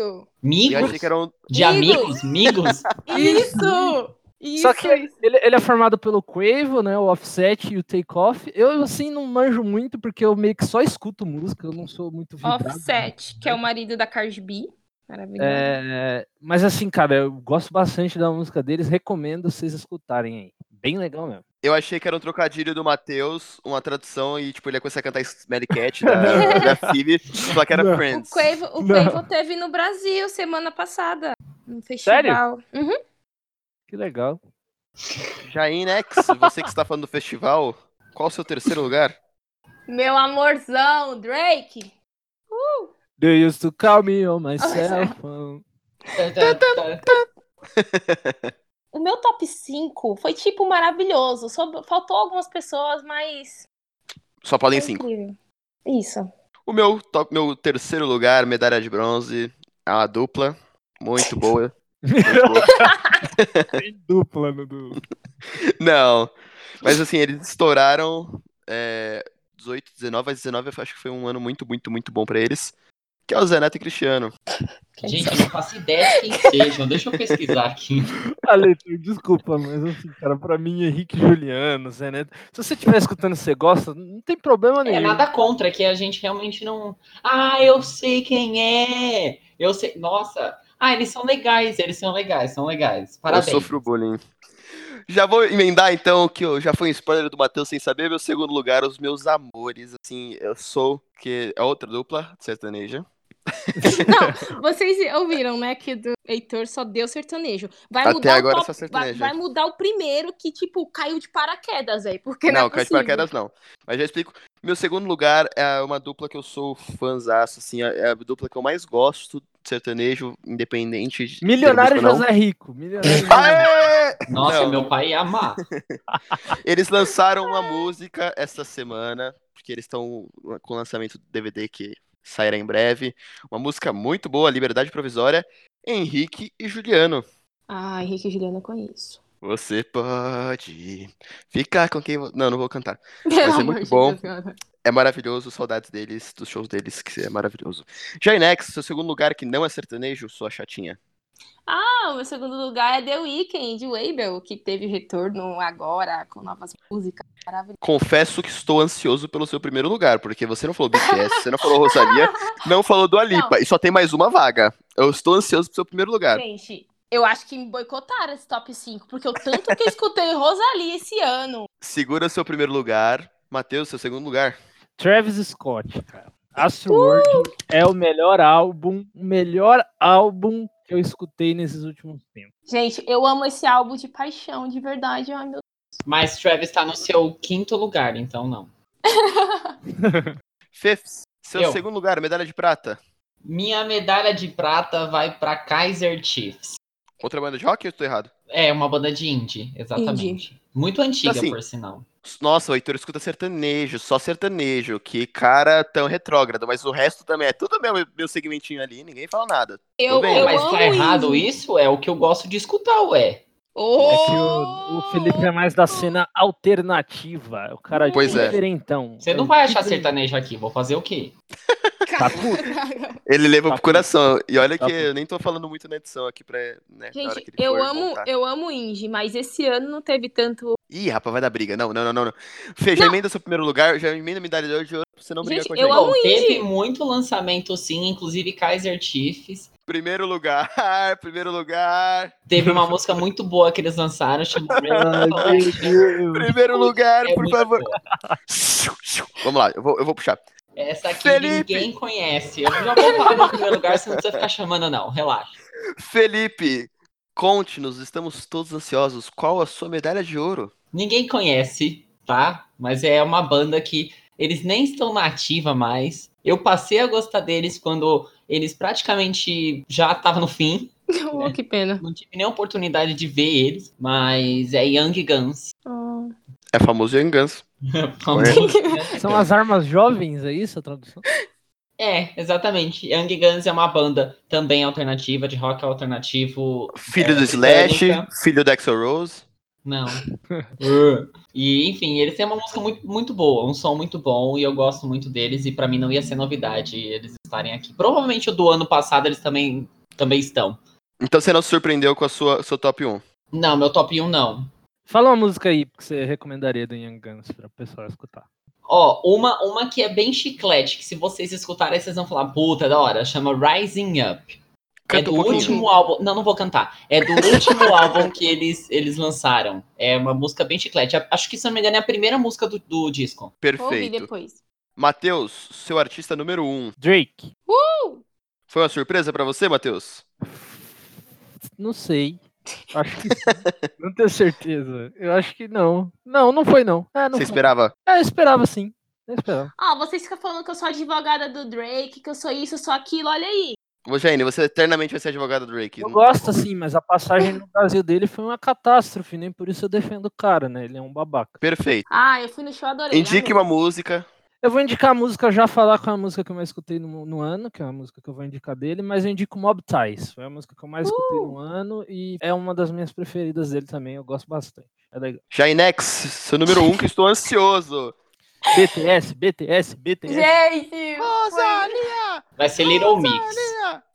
Speaker 1: (laughs) Eu
Speaker 4: Migos?
Speaker 1: achei que era um.
Speaker 4: De amigos? Migos?
Speaker 2: isso, isso.
Speaker 3: Só que ele, ele é formado pelo Quavo, né? O Offset e o Takeoff. Eu, assim, não manjo muito, porque eu meio que só escuto música, eu não sou muito vidrado.
Speaker 2: Offset, que é o marido da Cardi B. Maravilhoso.
Speaker 3: É, mas assim, cara, eu gosto bastante da música deles, recomendo vocês escutarem aí. Bem legal mesmo.
Speaker 1: Eu achei que era um trocadilho do Matheus, uma tradução, e tipo, ele ia começar a cantar Smelly Cat
Speaker 3: (laughs)
Speaker 1: da, da Phoebe, só que era
Speaker 3: Não.
Speaker 1: Friends.
Speaker 2: O Quavo, o
Speaker 3: Não.
Speaker 2: Quavo teve no Brasil semana passada. No festival. Uhum.
Speaker 3: Que legal.
Speaker 1: Jaine X, você que está falando do festival, qual o seu terceiro lugar?
Speaker 2: Meu amorzão, Drake.
Speaker 3: Do you used to call me on my
Speaker 2: cell
Speaker 3: cell phone?
Speaker 2: O meu top 5 foi, tipo, maravilhoso. Só faltou algumas pessoas, mas.
Speaker 1: Só podem
Speaker 2: foi
Speaker 1: cinco.
Speaker 2: incrível. Isso.
Speaker 1: O meu, top, meu terceiro lugar, medalha de bronze, é uma dupla. Muito boa.
Speaker 3: Tem dupla no do. (laughs)
Speaker 1: Não. Mas assim, eles estouraram é, 18, 19, mas 19 eu acho que foi um ano muito, muito, muito bom pra eles. Que é o Zé Neto e Cristiano.
Speaker 4: Gente, eu não faço ideia de quem sejam. Deixa eu pesquisar aqui.
Speaker 3: Aletor, desculpa, mas assim, cara, pra mim, Henrique e Juliano, Zé Neto. Se você estiver escutando e você gosta, não tem problema
Speaker 4: É
Speaker 3: nenhum.
Speaker 4: nada contra, que a gente realmente não. Ah, eu sei quem é! Eu sei. Nossa! Ah, eles são legais, eles são legais, são legais. Parabéns.
Speaker 1: Eu sofro bullying. Já vou emendar então, que eu já foi um spoiler do Matheus sem saber. Meu segundo lugar, os meus amores. Assim, eu sou. que É outra dupla sertaneja.
Speaker 2: Não, vocês ouviram, né, que do Heitor só deu sertanejo. Vai
Speaker 1: Até
Speaker 2: mudar
Speaker 1: agora é
Speaker 2: o
Speaker 1: só
Speaker 2: top, vai,
Speaker 1: sertanejo.
Speaker 2: vai mudar o primeiro que, tipo, caiu de paraquedas aí, porque não,
Speaker 1: não,
Speaker 2: é
Speaker 1: cai de
Speaker 2: possível.
Speaker 1: paraquedas não. Mas já explico. Meu segundo lugar é uma dupla que eu sou fãzaço, assim, é a dupla que eu mais gosto de sertanejo, independente de. ter
Speaker 3: Milionário
Speaker 1: música ou não.
Speaker 3: José Rico. Milionário José
Speaker 1: (laughs)
Speaker 3: Rico.
Speaker 1: Aê!
Speaker 4: Nossa,
Speaker 1: Não.
Speaker 4: meu pai ia amar.
Speaker 1: Eles lançaram uma música essa semana, porque eles estão com o lançamento do DVD que sairá em breve. Uma música muito boa, Liberdade Provisória, Henrique e Juliano.
Speaker 2: Ah, Henrique e Juliana, eu conheço.
Speaker 1: Você pode ficar com quem. vo- Não, não vou cantar.
Speaker 2: Pelo
Speaker 1: muito
Speaker 2: amor de
Speaker 1: bom.
Speaker 2: Deus, cara.
Speaker 1: É maravilhoso, saudades deles, dos shows deles, que é maravilhoso. Jainex, seu segundo lugar que não é sertanejo, sua chatinha.
Speaker 2: Ah, o meu segundo lugar é The Weeknd, o Abel, que teve retorno agora com novas músicas maravilhosas.
Speaker 1: Confesso que estou ansioso pelo seu primeiro lugar, porque você não falou BTS, você não falou Rosalia, não falou do Alipa, e só tem mais uma vaga. Eu estou ansioso pro seu primeiro lugar.
Speaker 2: Gente, eu acho que me boicotaram esse top 5, porque o tanto que eu escutei (laughs) Rosalie esse ano.
Speaker 1: Segura seu primeiro lugar. Matheus, seu segundo lugar.
Speaker 3: Travis Scott, cara. Astroworld é o melhor álbum, o melhor álbum que eu escutei nesses últimos tempos.
Speaker 2: Gente, eu amo esse álbum de paixão, de verdade. Ai, meu
Speaker 4: Mas Travis tá no seu quinto lugar, então não.
Speaker 1: Fifth, seu
Speaker 4: Eu.
Speaker 1: segundo lugar, medalha de prata.
Speaker 4: Minha medalha de prata vai pra Kaiser Chiefs.
Speaker 1: Outra banda de rock, eu estou errado.
Speaker 4: É, uma banda de indie, exatamente. Muito antiga,
Speaker 1: Assim,
Speaker 4: por sinal.
Speaker 1: Nossa, o Heitor escuta sertanejo, só sertanejo. Que cara tão retrógrado, mas o resto também é tudo meu, meu segmentinho ali, ninguém fala nada.
Speaker 2: Eu,
Speaker 1: bem,
Speaker 2: eu
Speaker 4: Mas
Speaker 2: amo
Speaker 4: tá errado
Speaker 2: Izzy.
Speaker 4: isso? É o que eu gosto de escutar, ué.
Speaker 2: Oh!
Speaker 3: É que o, o Felipe é mais da cena alternativa. O cara
Speaker 1: Pois é.
Speaker 3: diferentão.
Speaker 4: Você não
Speaker 3: É
Speaker 4: vai
Speaker 1: tipo
Speaker 4: achar
Speaker 3: diferente.
Speaker 4: sertanejo aqui, vou fazer o quê?
Speaker 3: um
Speaker 1: (laughs)
Speaker 2: (laughs)
Speaker 1: Ele leva
Speaker 3: Tá
Speaker 1: pro coração. E olha
Speaker 3: Tá
Speaker 1: que
Speaker 3: bom.
Speaker 1: eu nem tô falando muito na edição aqui pra. Né, na hora que
Speaker 2: Gente,
Speaker 1: ele
Speaker 2: eu
Speaker 1: for
Speaker 2: amo,
Speaker 1: montar.
Speaker 2: eu amo Indy, mas esse ano não teve tanto. (laughs)
Speaker 1: Ih, rapaz, vai dar briga. Não, não, não, não. não. Fê, já
Speaker 2: Não.
Speaker 1: emenda seu primeiro lugar, já emenda a medalha de ouro, de ouro pra você não brigar
Speaker 2: Gente,
Speaker 1: com a
Speaker 2: eu
Speaker 1: gente.
Speaker 2: amo
Speaker 4: Bom, teve
Speaker 2: indie.
Speaker 4: muito lançamento sim, inclusive Kaiser Chiefs.
Speaker 1: Primeiro lugar, (laughs) primeiro lugar,
Speaker 4: Teve
Speaker 1: (laughs)
Speaker 4: uma música muito boa que eles lançaram, chamada
Speaker 3: Ai, meu Deus.
Speaker 1: primeiro lugar,
Speaker 4: É
Speaker 1: por
Speaker 4: muito
Speaker 1: favor.
Speaker 4: boa.
Speaker 1: Vamos lá, eu vou, eu vou puxar.
Speaker 4: Essa aqui
Speaker 1: Felipe!
Speaker 4: ninguém conhece. Eu já vou falar no primeiro lugar, você não precisa ficar chamando, não. Relaxa.
Speaker 1: Felipe, conte-nos, estamos todos ansiosos. Qual a sua medalha de ouro?
Speaker 4: Ninguém conhece, tá? Mas é uma banda que eles nem estão na ativa mais. Eu passei a gostar deles quando eles praticamente já estavam no fim.
Speaker 2: Oh, que pena.
Speaker 4: Não tive nem oportunidade de ver eles, mas é Young Guns. (laughs)
Speaker 2: Oh.
Speaker 1: É famoso Young Guns.
Speaker 4: né?
Speaker 3: São as armas jovens, é isso a tradução?
Speaker 4: É, exatamente. Young Guns é uma banda também alternativa, de rock alternativo.
Speaker 1: Filho
Speaker 4: É,
Speaker 1: do Slash,
Speaker 4: britânica.
Speaker 1: filho do Axl Rose.
Speaker 4: Não. Uh. e, enfim, eles têm uma música muito, muito boa, um som muito bom, e eu gosto muito deles, e pra mim não ia ser novidade eles estarem aqui. Provavelmente o do ano passado eles também, também estão.
Speaker 1: Então você não se surpreendeu com a sua seu top
Speaker 4: É
Speaker 1: 1.
Speaker 4: Não, meu top 1 não.
Speaker 3: Fala uma música aí que você recomendaria do Young Guns pra pessoal escutar.
Speaker 4: Ó, uma, uma que é bem chiclete, que se vocês escutarem, vocês vão falar, puta, da hora, chama Rising Up. é
Speaker 1: Canta
Speaker 4: do
Speaker 1: um pouquinho.
Speaker 4: último álbum. Não, não vou cantar. É do último
Speaker 1: (laughs)
Speaker 4: álbum que eles, eles lançaram. É uma música bem chiclete. A- Acho que, se eu não me engano, é a primeira música do, do disco.
Speaker 2: Vou ouvir
Speaker 1: Perfeito.
Speaker 2: depois.
Speaker 1: Matheus, seu artista número 1.
Speaker 3: Drake.
Speaker 1: Foi uma surpresa pra você, Matheus?
Speaker 3: Não sei. Acho que sim.
Speaker 1: (laughs)
Speaker 3: não tenho certeza. Eu acho que não. Não, não foi não. É, não
Speaker 1: Você
Speaker 3: foi.
Speaker 1: esperava?
Speaker 3: É, eu esperava sim. Nem esperava.
Speaker 2: Ó, vocês ficam falando que eu sou advogada do Drake, que eu sou isso, eu sou aquilo, olha aí.
Speaker 1: Ô, Jane, você eternamente vai ser advogada do Drake.
Speaker 3: Eu
Speaker 1: Não-
Speaker 3: gosto, assim, mas a passagem no Brasil dele foi uma catástrofe, nem por isso eu defendo o cara, né? Ele é um babaca.
Speaker 1: Perfeito.
Speaker 2: Ah, eu fui no show, adorei.
Speaker 1: Indique
Speaker 2: amei.
Speaker 1: uma música.
Speaker 3: Eu vou indicar a música, já falar com a música que eu mais escutei no, no ano, que é uma música que eu vou indicar dele, mas eu indico Mob Ties. Foi a música que eu mais escutei no ano e é uma das minhas preferidas dele também, eu gosto bastante. É legal.
Speaker 1: Jainex, seu número um, que estou ansioso.
Speaker 3: BTS, BTS, BTS.
Speaker 2: Gente! foi-
Speaker 1: Rosalia!
Speaker 4: Vai ser Little Mix.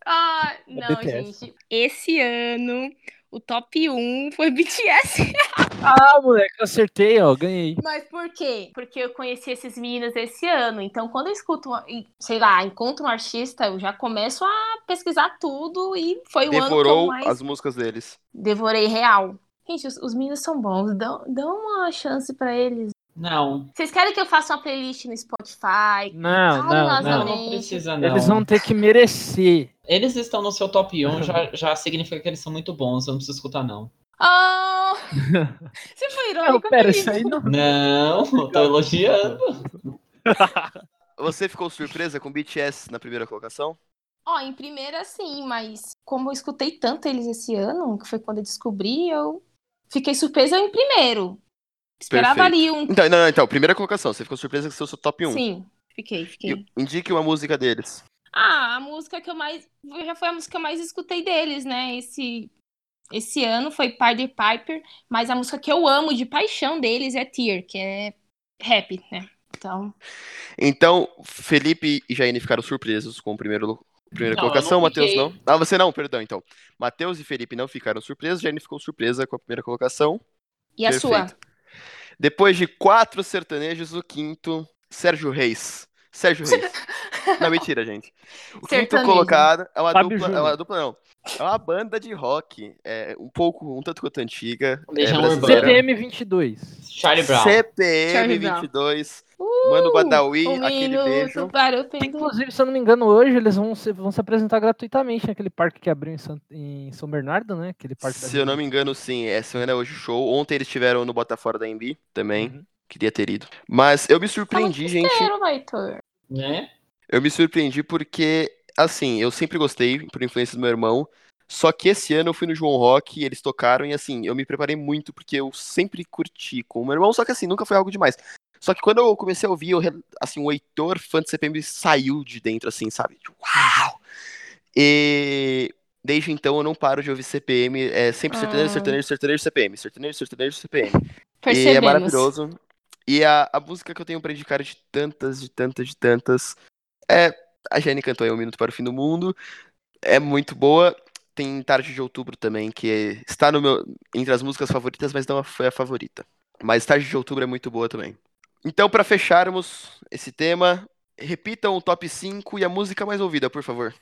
Speaker 2: Ah,
Speaker 3: É
Speaker 2: não,
Speaker 3: BTS.
Speaker 2: gente. Esse ano, o top 1 foi (laughs) BTS.
Speaker 3: Ah, moleque, acertei, ó, ganhei.
Speaker 2: Mas por quê? Porque eu conheci esses meninos esse ano. Então, quando eu escuto, uma- e, sei lá, encontro um artista, eu já começo a pesquisar tudo e foi o ano que eu
Speaker 1: Devorou
Speaker 2: mais
Speaker 1: as músicas deles.
Speaker 2: devorei real. Gente, os, os meninos são bons. Dão, dão uma chance pra eles.
Speaker 4: Não,
Speaker 2: Vocês querem que eu faça uma playlist no Spotify?
Speaker 3: Não, não,
Speaker 4: não,
Speaker 3: não.
Speaker 4: não
Speaker 2: Exatamente.
Speaker 4: precisa não.
Speaker 3: Eles vão ter que merecer.
Speaker 4: Eles estão no seu top
Speaker 1: (laughs)
Speaker 4: 1, já, já significa que eles são muito bons, eu não preciso escutar não.
Speaker 3: (laughs)
Speaker 2: Oh! Você foi
Speaker 3: Não,
Speaker 2: irônico
Speaker 3: pera,
Speaker 2: comigo.
Speaker 3: isso aí não.
Speaker 4: Não, tô elogiando.
Speaker 1: Você ficou surpresa com BTS na primeira colocação?
Speaker 2: Ó, em primeira sim, mas como eu escutei tanto eles esse ano, que foi quando eu descobri, eu fiquei surpresa em primeiro. Esperava ali um.
Speaker 1: Então, não, não, então, primeira colocação, você ficou surpresa com seu seu top 1.
Speaker 2: Sim, fiquei, fiquei.
Speaker 1: E- Indique uma música deles.
Speaker 2: Ah, a música que eu mais. Já foi a música que eu mais escutei deles, né? Esse, esse ano foi Party Piper, mas a música que eu amo de paixão deles é Tear, que é rap, né? Então.
Speaker 1: Então, Felipe e Jaine ficaram surpresos com o primeiro lu- primeira
Speaker 4: Não, eu
Speaker 1: colocação,
Speaker 4: não
Speaker 1: Matheus
Speaker 4: fiquei.
Speaker 1: não. Ah, você não, perdão, então. Matheus e Felipe não ficaram surpresos, Jaine ficou surpresa com a primeira colocação.
Speaker 2: E a sua?
Speaker 1: Perfeito. Depois de quatro sertanejos, o quinto, Sérgio Reis. Sérgio Reis.
Speaker 2: (laughs)
Speaker 1: não, mentira, gente. O quinto
Speaker 2: Sertanejo.
Speaker 1: colocado é uma
Speaker 3: Fábio
Speaker 1: dupla. É
Speaker 3: Júnior.
Speaker 1: uma dupla, não. É uma banda de rock. É um pouco, um tanto quanto antiga. É,
Speaker 4: Legião
Speaker 1: brasileira.
Speaker 4: Urbana.
Speaker 3: CPM 22.
Speaker 4: Charlie Brown.
Speaker 1: CPM
Speaker 2: Charlie Brown. Uh,
Speaker 1: 22. Mano Badawi,
Speaker 2: um
Speaker 1: aquele
Speaker 2: minuto
Speaker 1: beijo.
Speaker 2: para o pêndulo.
Speaker 3: Inclusive, se eu não me engano, hoje eles vão se, vão se apresentar gratuitamente naquele parque que abriu em San- em São, Bernardo, né? Aquele parque da
Speaker 1: Se eu não
Speaker 3: Disney.
Speaker 1: me engano, sim. Essa semana é hoje o show. Ontem eles tiveram no Botafora da MB também.
Speaker 3: Uhum.
Speaker 1: Queria ter ido. Mas eu me surpreendi, gente. é
Speaker 2: Quero, Heitor.
Speaker 4: Né?
Speaker 1: Eu me surpreendi porque, assim, eu sempre gostei por influência do meu irmão. Só que esse ano eu fui no João Rock e eles tocaram, e assim, eu me preparei muito porque eu sempre curti com o meu irmão, só que assim, nunca foi algo demais. Só que quando eu comecei a ouvir, eu re- assim, o Heitor, fã de CPM, saiu de dentro, assim, sabe? Tipo, Uau! E desde então eu não paro de ouvir CPM, é sempre sertanejo,
Speaker 2: Ah.
Speaker 1: sertanejo, sertanejo, CPM, sertanejo, sertanejo, CPM. E é
Speaker 2: Percebemos.
Speaker 1: maravilhoso. E a, a música que eu tenho pra indicar de tantas, de tantas, de tantas. É. A Jenny cantou aí Um Minuto para o Fim do Mundo. É muito boa. Tem Tarde de Outubro também, que está no meu, entre as músicas favoritas, mas não a- foi a favorita. Mas Tarde de Outubro é muito boa também. Então, pra fecharmos esse tema, repitam o top 5 e a música mais ouvida, por favor.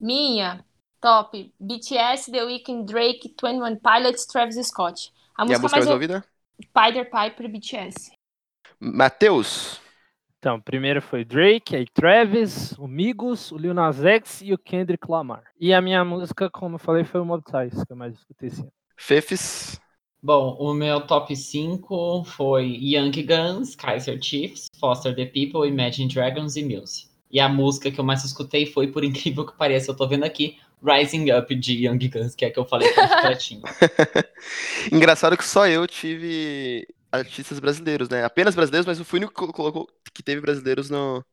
Speaker 2: Minha, top. BTS, The Weeknd, Drake, 21 Pilots, Travis Scott.
Speaker 1: e
Speaker 2: A
Speaker 1: a
Speaker 2: música
Speaker 1: música mais
Speaker 2: mais ouvida,
Speaker 1: ouvida?
Speaker 2: Spider Piper, BTS.
Speaker 1: Matheus.
Speaker 3: Então, primeiro foi Drake, aí Travis, o Migos, o Lil Nas X e o Kendrick Lamar. E a minha música, como eu falei, foi o Mob Ties, que eu mais escutei esse ano.
Speaker 1: Fefes.
Speaker 4: Bom, o meu top 5 foi Young Guns, Kaiser Chiefs, Foster the People, Imagine Dragons e Muse. E a música que eu mais escutei foi, por (laughs) incrível que pareça, eu tô vendo aqui, Rising Up de Young Guns, que é a que eu falei com o
Speaker 3: (laughs)
Speaker 4: Platinho.
Speaker 1: Engraçado que só eu tive artistas brasileiros, né? Apenas brasileiros, mas eu fui o único que colocou que teve brasileiros no...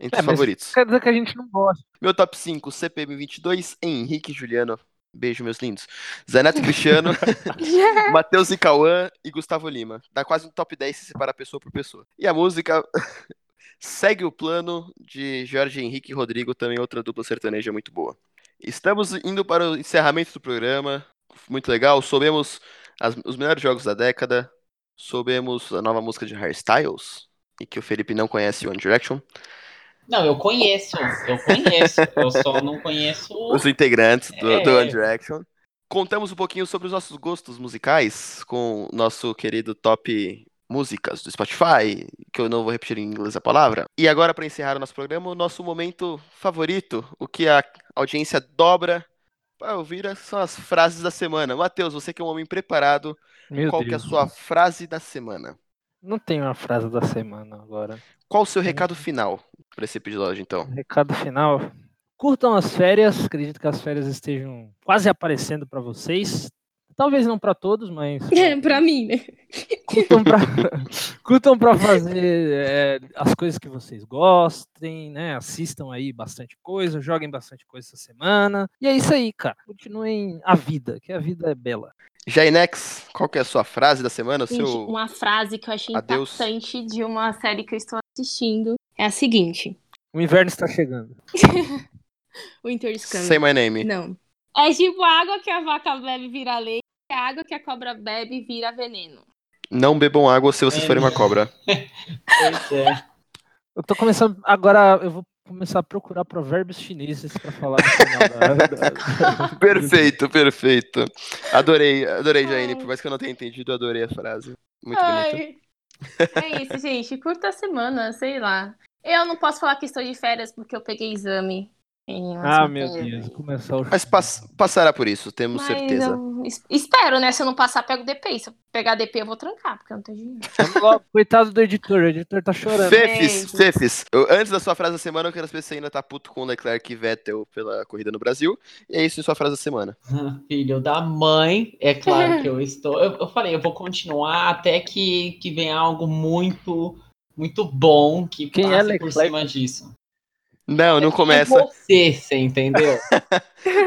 Speaker 1: entre
Speaker 3: É,
Speaker 1: os
Speaker 3: mas-
Speaker 1: favoritos.
Speaker 3: Quer dizer que a gente não gosta.
Speaker 1: Meu top 5, CPM22, Henrique e Juliano. Beijo, meus lindos. Zaneto e
Speaker 3: (laughs)
Speaker 1: Cristiano, Matheus e Cauã e Gustavo Lima. Dá quase um top 10 se separar pessoa por pessoa. E a música (laughs) segue o plano de Jorge Henrique e Rodrigo, também outra dupla sertaneja muito boa. Estamos indo para o encerramento do programa. Muito legal. Soubemos as- os melhores jogos da década. Soubemos a nova música de Hairstyles. E que o Felipe não conhece One Direction.
Speaker 4: Não, eu conheço, eu conheço, eu só
Speaker 3: (laughs)
Speaker 4: não conheço...
Speaker 1: os integrantes do,
Speaker 4: É.
Speaker 1: do One Direction. Contamos um pouquinho sobre os nossos gostos musicais com o nosso querido top músicas do Spotify, que eu não vou repetir em inglês a palavra. E agora, para encerrar o nosso programa, o nosso momento favorito, o que a audiência dobra para ouvir são as frases da semana. Matheus, você que é um homem preparado,
Speaker 3: Meu
Speaker 1: qual
Speaker 3: Deus.
Speaker 1: que é a sua frase da semana?
Speaker 3: Não tenho a frase da semana agora.
Speaker 1: Qual o seu recado final para esse episódio, então?
Speaker 3: Recado final. Curtam as férias, acredito que as férias estejam quase aparecendo para vocês. Talvez não para todos, mas
Speaker 2: (laughs) (laughs) É, pra mim, né?
Speaker 3: curtam pra, (laughs) curtam pra fazer é, as coisas que vocês gostem, né? Assistam aí bastante coisa, joguem bastante coisa essa semana. E é isso aí, cara. Continuem a vida, que a vida é bela.
Speaker 1: Jainex, qual que é a sua frase da semana?
Speaker 2: Gente,
Speaker 1: Seu...
Speaker 2: uma frase que eu achei
Speaker 1: Adeus.
Speaker 2: impactante de uma série que eu estou assistindo é a seguinte:
Speaker 3: O inverno está chegando.
Speaker 2: Winter is coming.
Speaker 1: Say my name.
Speaker 2: Não. É tipo a água que a vaca bebe vira leite, e a água que a cobra bebe vira veneno.
Speaker 1: Não bebam água se vocês
Speaker 4: É.
Speaker 1: forem uma cobra.
Speaker 4: Pois é. (laughs)
Speaker 3: Eu tô começando. Agora eu vou começar a procurar provérbios chineses pra falar no final da, da-
Speaker 1: perfeito, perfeito. Adorei, adorei, Jaine.
Speaker 2: Ai.
Speaker 1: Por mais que eu não tenha entendido, eu adorei a frase. Muito bonito.
Speaker 2: Ai. É isso, gente. Curta a semana, sei lá. Eu não posso falar que estou de férias porque eu peguei exame. É, em uma
Speaker 3: Ah, meu
Speaker 2: semana.
Speaker 3: Deus, começou.
Speaker 1: Mas pass- passará por isso, temos
Speaker 2: Mas
Speaker 1: certeza.
Speaker 2: eu es- espero, né? Se eu não passar, pego DP. Se eu pegar DP, eu vou trancar, porque eu não tenho dinheiro.
Speaker 3: Coitado do editor, o editor tá chorando.
Speaker 1: Fefes,
Speaker 2: Beijo.
Speaker 1: Fefes. Eu- Antes da sua frase da semana, eu quero saber se você ainda tá puto com o Leclerc e Vettel pela corrida no Brasil. E é isso em sua frase da semana.
Speaker 4: Filho da mãe, é claro que eu estou. Eu, eu falei, eu vou continuar até que, que venha algo muito, muito bom que
Speaker 3: Quem é
Speaker 4: passe por
Speaker 3: Leclerc?
Speaker 4: cima disso.
Speaker 1: Não,
Speaker 4: (laughs)
Speaker 1: não
Speaker 4: É
Speaker 1: começa.
Speaker 4: você, você entendeu?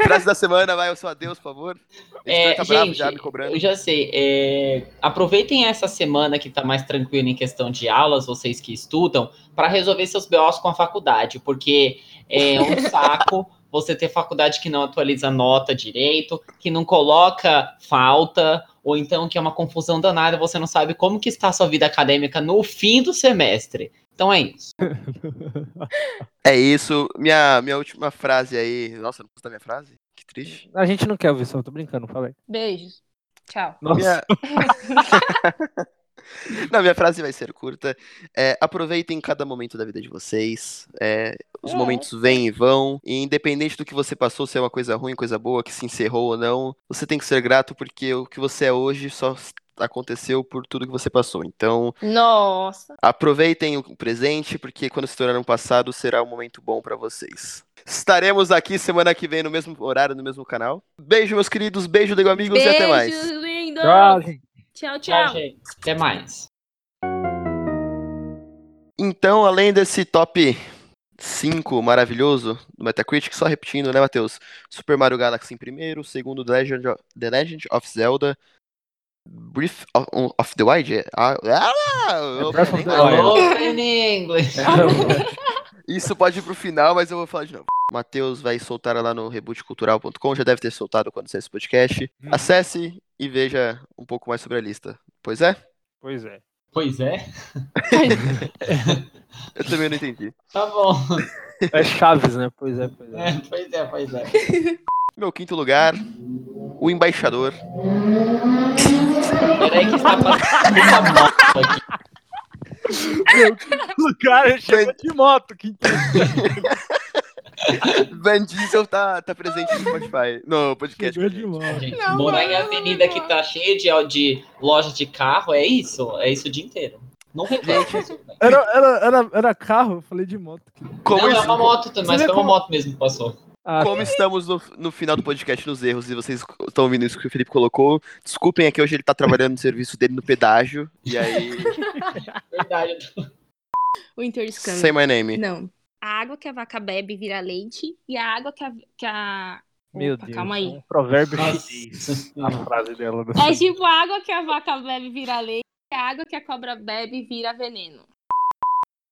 Speaker 1: frase da semana, vai, o seu adeus, por favor.
Speaker 4: É,
Speaker 1: Ele tá bravo
Speaker 4: gente,
Speaker 1: já me cobrando.
Speaker 4: Eu já sei. é, aproveitem essa semana que tá mais tranquila em questão de aulas, vocês que estudam, para resolver seus BOs com a faculdade, porque é um saco você ter faculdade que não atualiza a nota direito, que não coloca falta, ou então que é uma confusão danada, você não sabe como que está a sua vida acadêmica no fim do semestre. Então é isso.
Speaker 1: É isso. Minha, minha última frase aí. Nossa, não posso dar minha frase? Que triste.
Speaker 3: A gente não quer ouvir só, tô brincando, falei.
Speaker 2: Beijos. Tchau.
Speaker 1: Minha- (laughs) Não, minha frase vai ser curta. É, aproveitem cada momento da vida de vocês. É, os
Speaker 2: É.
Speaker 1: momentos vêm e vão. E independente do que você passou, se é uma coisa ruim, coisa boa, que se encerrou ou não, você tem que ser grato porque o que você é hoje só s- aconteceu por tudo que você passou. Então,
Speaker 2: Nossa.
Speaker 1: aproveitem o presente porque quando se tornar um passado, será um momento bom pra vocês. Estaremos aqui semana que vem no mesmo horário, no mesmo canal. Beijo, meus queridos. Beijo, Lego Amigos. E até mais.
Speaker 2: Beijos, lindos.
Speaker 3: Tchau, Ah, gente.
Speaker 2: Tchau,
Speaker 4: Tchau,
Speaker 2: tchau.
Speaker 4: gente. Até mais.
Speaker 1: Então, além desse top 5 maravilhoso do Metacritic, só repetindo, né, Matheus? Super Mario Galaxy em primeiro, segundo The Legend of, The Legend of Zelda, Breath of, um, of the Wild? Ah, ah, eu-
Speaker 3: É Breath of the Wild.
Speaker 4: Alô, in English.
Speaker 2: (laughs)
Speaker 1: Isso pode ir pro final, mas eu vou falar de novo. Matheus vai soltar lá no rebootcultural.com, já deve ter soltado quando sair esse podcast.
Speaker 3: Hum.
Speaker 1: Acesse e veja um pouco mais sobre a lista. Pois é?
Speaker 3: (laughs) Pois é.
Speaker 4: Pois é.
Speaker 1: Eu também não entendi.
Speaker 4: Tá bom.
Speaker 3: É Chaves, né? Pois é, pois é.
Speaker 4: É, pois é, pois é.
Speaker 1: Meu quinto lugar, o embaixador.
Speaker 4: Peraí que está
Speaker 2: (laughs)
Speaker 4: passando uma moto aqui.
Speaker 3: O cara
Speaker 1: chegou
Speaker 3: de moto. Que...
Speaker 1: Van Diesel tá, tá presente no Spotify. No podcast.
Speaker 3: Chegou de um moto.
Speaker 4: Gente,
Speaker 2: Não,
Speaker 4: morar
Speaker 2: não,
Speaker 4: em
Speaker 2: não,
Speaker 4: avenida
Speaker 2: não.
Speaker 4: que tá cheia de, de loja de carro, é isso? É isso o dia inteiro. Não reclama.
Speaker 3: Era, era, era, era carro, eu falei de moto.
Speaker 1: Como,
Speaker 4: Não, é
Speaker 1: es-
Speaker 4: uma moto, mas
Speaker 3: vê
Speaker 4: foi uma
Speaker 3: como-
Speaker 4: moto mesmo que passou.
Speaker 3: Ah,
Speaker 1: como estamos no, no final do podcast nos erros e vocês estão ouvindo isso que o Felipe colocou, desculpem aqui, hoje ele tá trabalhando no serviço dele no pedágio. E aí.
Speaker 3: (laughs)
Speaker 4: Verdade.
Speaker 2: Winter is coming.
Speaker 1: Say my name.
Speaker 2: Não. A água que a vaca bebe vira leite e a água que a. Que a...
Speaker 3: meu
Speaker 2: Opa,
Speaker 3: Deus.
Speaker 2: Calma
Speaker 3: é Um
Speaker 2: aí.
Speaker 3: provérbio
Speaker 4: Nossa.
Speaker 3: chinês. A frase dela. né?
Speaker 2: É tipo a água que a vaca bebe vira leite e a água que a cobra bebe vira veneno.